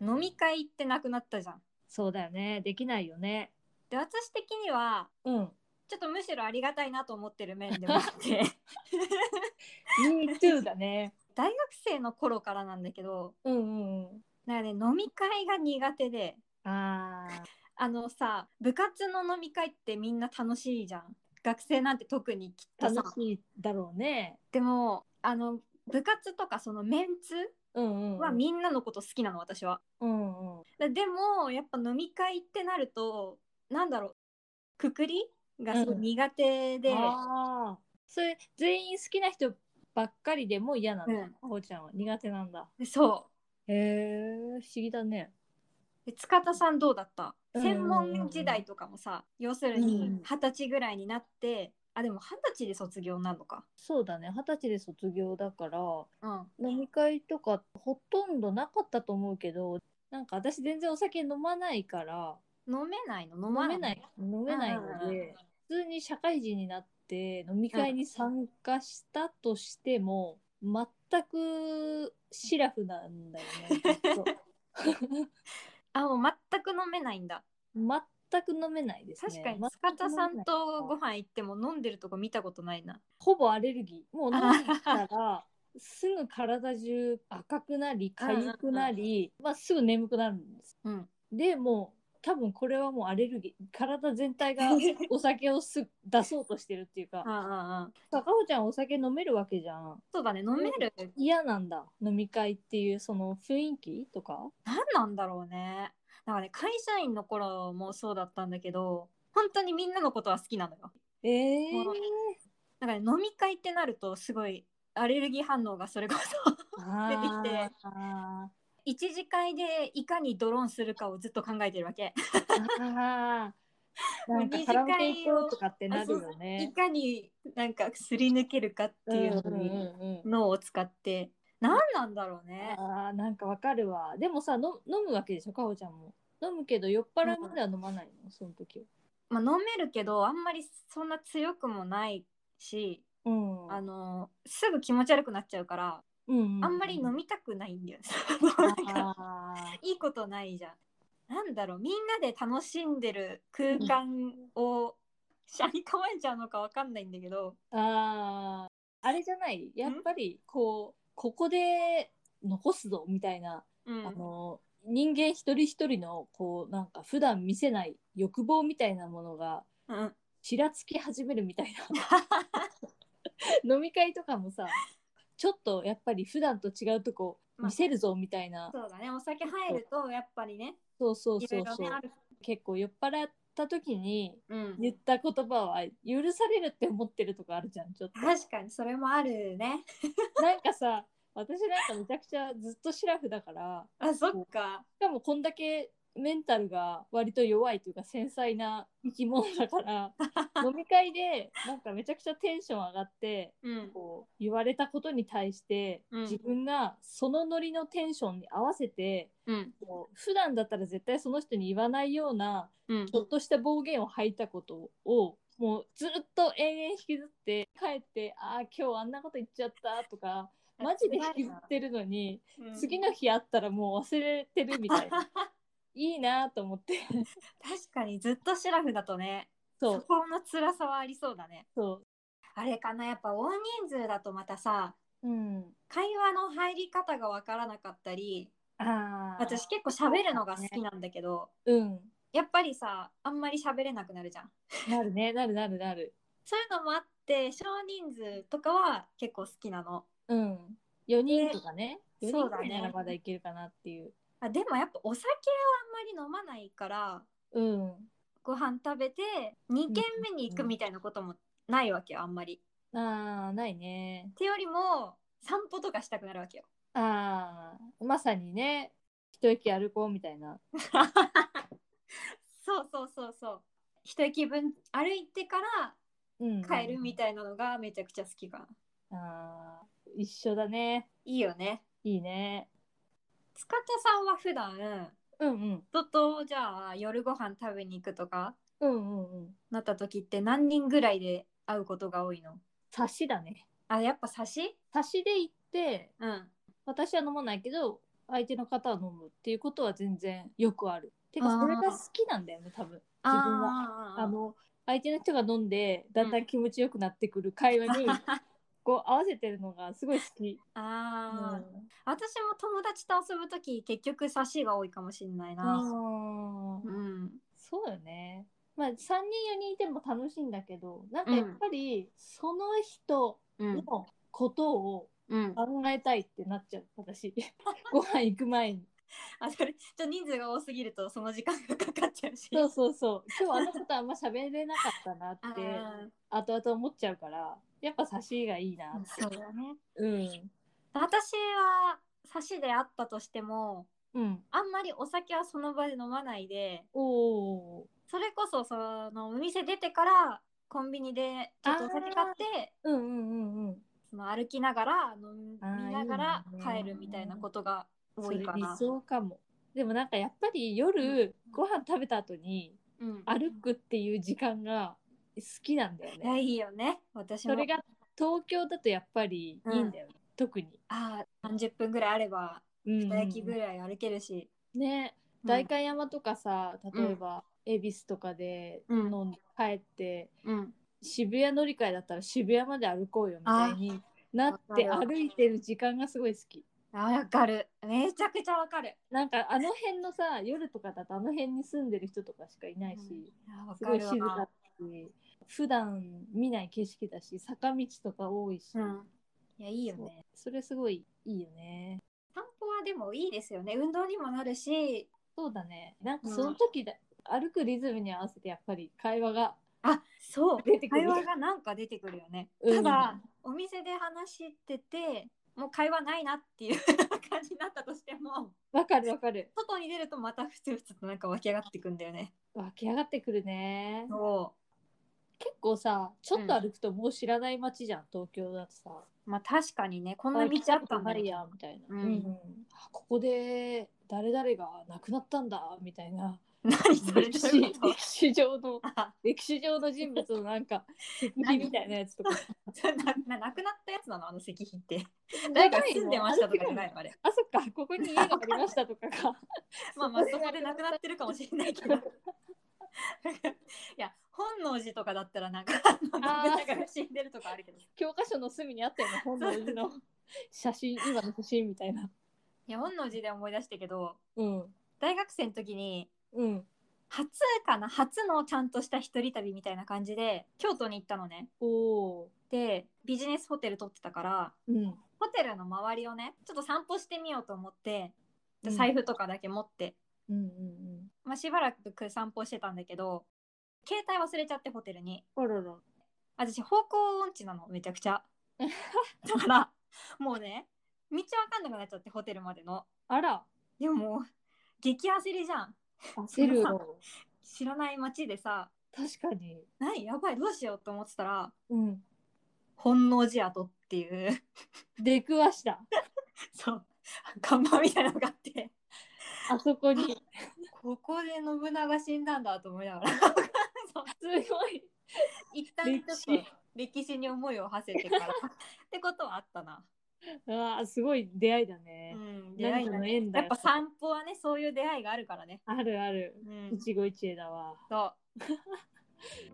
飲み会ってなくなったじゃん。そうだよね。できないよね。で私的にはうん。ちょっとむしろありがたいなと思ってる面でもあって Me too だね。大学生の頃からなんだけど うんうんうなんかね飲み会が苦手でん。ああ。あのさ部活の飲み会ってみんな楽しいじゃん学生なんて特にきっとさ楽しいだろうね。でもあの部活とかそのメンツうんうんうん。はみんなのこと好きなの私は。うんうん。だでもやっぱ飲み会ってなるとなんだろうくくりがすごい苦手で、ああ。それ全員好きな人ばっかりでもう嫌なんだ。うんあほうちゃんは苦手なんだ。でそうへえ不思議だね。で塚田さんどうだったうん専門時代とかもさ要するうにん二十歳ぐらいになって、あでも二十歳で卒業なのかそうだね二十歳で卒業だからうん飲み会とかほとんどなかったと思うけどなんか私全然お酒飲まないから飲めないの飲ま飲ないめない飲めないのうんうんうで普通に社会人になって飲み会に参加したとしても全くシラフなんだよねずっとあもう全く飲めないんだ全く飲めないですね確かに全く塚田さんと飲めごない飯行っても飲んでるとこ見たことないなほぼアレルギーもう飲んでたらすぐ体中赤くなりうんうんうん痒くなり、まあ、すぐ眠くなるんですうんでもう多分これはもうアレルギー体全 体がお酒をす出そうとしてるっていうかうんうんうん高尾ちゃんお酒飲めるわけじゃんそうだね飲める嫌なんだ飲み会っていうその雰囲気とか何なんだろうねなんかね会社員の頃もそうだったんだけど本当にみんなのことは好きなのよええーなんかね飲み会ってなるとすごいアレルギー反応がそれこそ あ出てきーあ一次会でいかにドローンするかをずっと考えてるわけー あーなんかカラオケ行こうとかってなるよいねかになんかすり抜けるかっていううんうんうん脳を使って何なんだろうねあーなんかわかるわでもさの飲むわけでしょかおちゃんも飲むけど酔っ払うまでは飲まないの、その時はまあ飲めるけどあんまりそんな強くもないしうんあのすぐ気持ち悪くなっちゃうからうんうんうんあんまり飲みたくないんだよ ね なんかあーいいことないじゃん。なんだろうみんなで楽しんでる空間を車に構えちゃうのかわかんないんだけどあーあれじゃないやっぱりこうここで残すぞみたいな、うんあの人間一人一人のこうなんか普段見せない欲望みたいなものがうんちらつき始めるみたい な飲み会とかもさちょっとやっぱり普段と違うとこ見せるぞみたいな、そうだねお酒入るとやっぱりねそうそういそろういろそねうある結構酔っ払った時にうん言った言葉は許されるって思ってるとこあるじゃんちょっと確かにそれもあるねなんかさ私なんかめちゃくちゃずっとシラフだからあそっかしかもこんだけメンタルが割と弱いというか繊細な生き物だから飲み会でなんかめちゃくちゃテンション上がってうんこう言われたことに対してうん自分がそのノリのテンションに合わせてうんこう普段だったら絶対その人に言わないようなうんちょっとした暴言を吐いたことをもうずっと延々引きずって帰ってああ今日あんなこと言っちゃったとかマジで引きずってるのにうん次の日会ったらもう忘れてるみた いないいなと思って確かにずっとシラフだとねそそうこの辛さはありそうだねそあれかなやっぱ大人数だとまたさううん会話の入り方がわからなかったりああ私結構喋るのが好きなんだけどうんやっぱりさあんまり喋れなくなるじゃんなるねなるなるなるそういうのもあって少人数とかは結構好きなのうん4人とかねね4そ人うだぐねらいならまだいけるかなっていうあでもやっぱお酒はあんまり飲まないからうんご飯食べて2軒目に行くみたいなこともないわけよあんまり。ああないねってよりも散歩とかしたくなるわけよ。ああまさにね一息歩こうみたいなそうそうそうそう。一駅分歩いてから帰るみいたいなのがめちゃくちゃ好きかな。な、あー一緒だねいいよね。いいね塚田さんは普段うんうん人とじゃあ夜ご飯食べに行くとかうんうんうんなった時って何人ぐらいで会うことが多いの差しだねあやっぱ差し差しで行ってうん私は飲まないけど相手の方は飲むっていうことは全然よくある。てかあーそれが好きなんだよね多分自分は。はあの相手の人が飲んでだんだん気持ちよくなってくる会話に こう合わせてるのがすごい好き。あー、私も友達と遊ぶとき結局差しが多いかもしれないな。うんう、ん。そうよね。まあ3人4人いても楽しいんだけどなんかやっぱりその人うん。のことをうん。考えたいってなっちゃう私ご飯行く前に。あ、それ、ちょっと人数が多すぎるとその時間がかかっちゃうし。そうそうそう今日あのことあんま喋れなかったなっあてー後々思っちゃうからやっぱ差しがいいなそうだね。うん私は差しであったとしても、うんあんまりお酒はその場で飲まないで、おおそれこそそのお店出てからコンビニでちょっとお酒買って、うんうんうんうんその歩きながら飲あーみながらいいね帰るみたいなことが多そいれか理な。想かもでもなんかやっぱり夜ご飯食べた後にうん、歩くっていう時間が好きなんだよいやねいいよね私もそれが東京だとやっぱりいいんだよね、特に、あー30分ぐらいあればうんうん北焼きぐらい歩けるし、ねうん代官山とかさ例えば恵比寿とかでうん飲んで帰って、うん、渋谷乗り換えだったら渋谷まで歩こうよみたいになっわかてるわ歩いてる時間がすごい好きあわかるめちゃくちゃわかるなんかあの辺のさ夜とかだとあの辺に住んでる人とかしかいないし、あわすかごいるわ静かだし普段見ない景色だし坂道とか多いし、うんいやいいよねそれすごいいいよね散歩はでもいいですよね運動にもなるしそうだねなんかその時だ、歩くリズムに合わせてやっぱり会話があそう出てく会る話がなんか出てくるよね、うんただお店で話しててもう会話ないなっていう 感じになったとしてもわかるわかる外に出るとまたふつふつとなんか湧き上がってくんだよね湧き上がってくるねそ結構さちょっと歩くともう知らない街じゃん、東京だとさうまあ確かにねこんな道あったんだなねいやみたいな、うんあここで誰々が亡くなったんだみたいな 何それ歴史歴史上のあ歴史上の人物のなんか石碑みたいなやつとかそんなななくなったやつなのあの石碑って 誰ないのか住んでましたとかじゃないのあれあそっかここに家がありましたとかかまあまあそこでなくなってるかもしれないけ どいや本能寺とかだったらなんかあの信あー長が死んでるとかあるけどい 教科書の隅にあったよね本能寺の写真今の写真みたいなや本能寺で思い出したけどうん大学生の時にうん初かな初のちゃんとした一人旅みたいな感じで京都に行ったのねおおでビジネスホテル取ってたからーうんホテルの周りをねちょっと散歩してみようと思ってでうん財布とかだけ持って、うんうんまあ、しばらく散歩してたんだけど携帯忘れちゃってホテルにうんあらら私方向音痴なのめちゃく ちゃだからもうね道わかんなくなっちゃってホテルまでのあらでももう激焦りじゃん焦るよ知らない街でさ確かに何やばいどうしようと思ってたらうん本能寺跡っていう 出くわしたそう看板みたいなのがあってあそこにここで信長死んだんだと思いながらそうす ごい一旦ちょっと歴史に思いを馳せてからってことはあったな。あーすごい出会いだね、うん、出会何いかだのね縁だやよっぱ散歩はねそういう出会いがあるからね。あるあるうん一期一会だわそう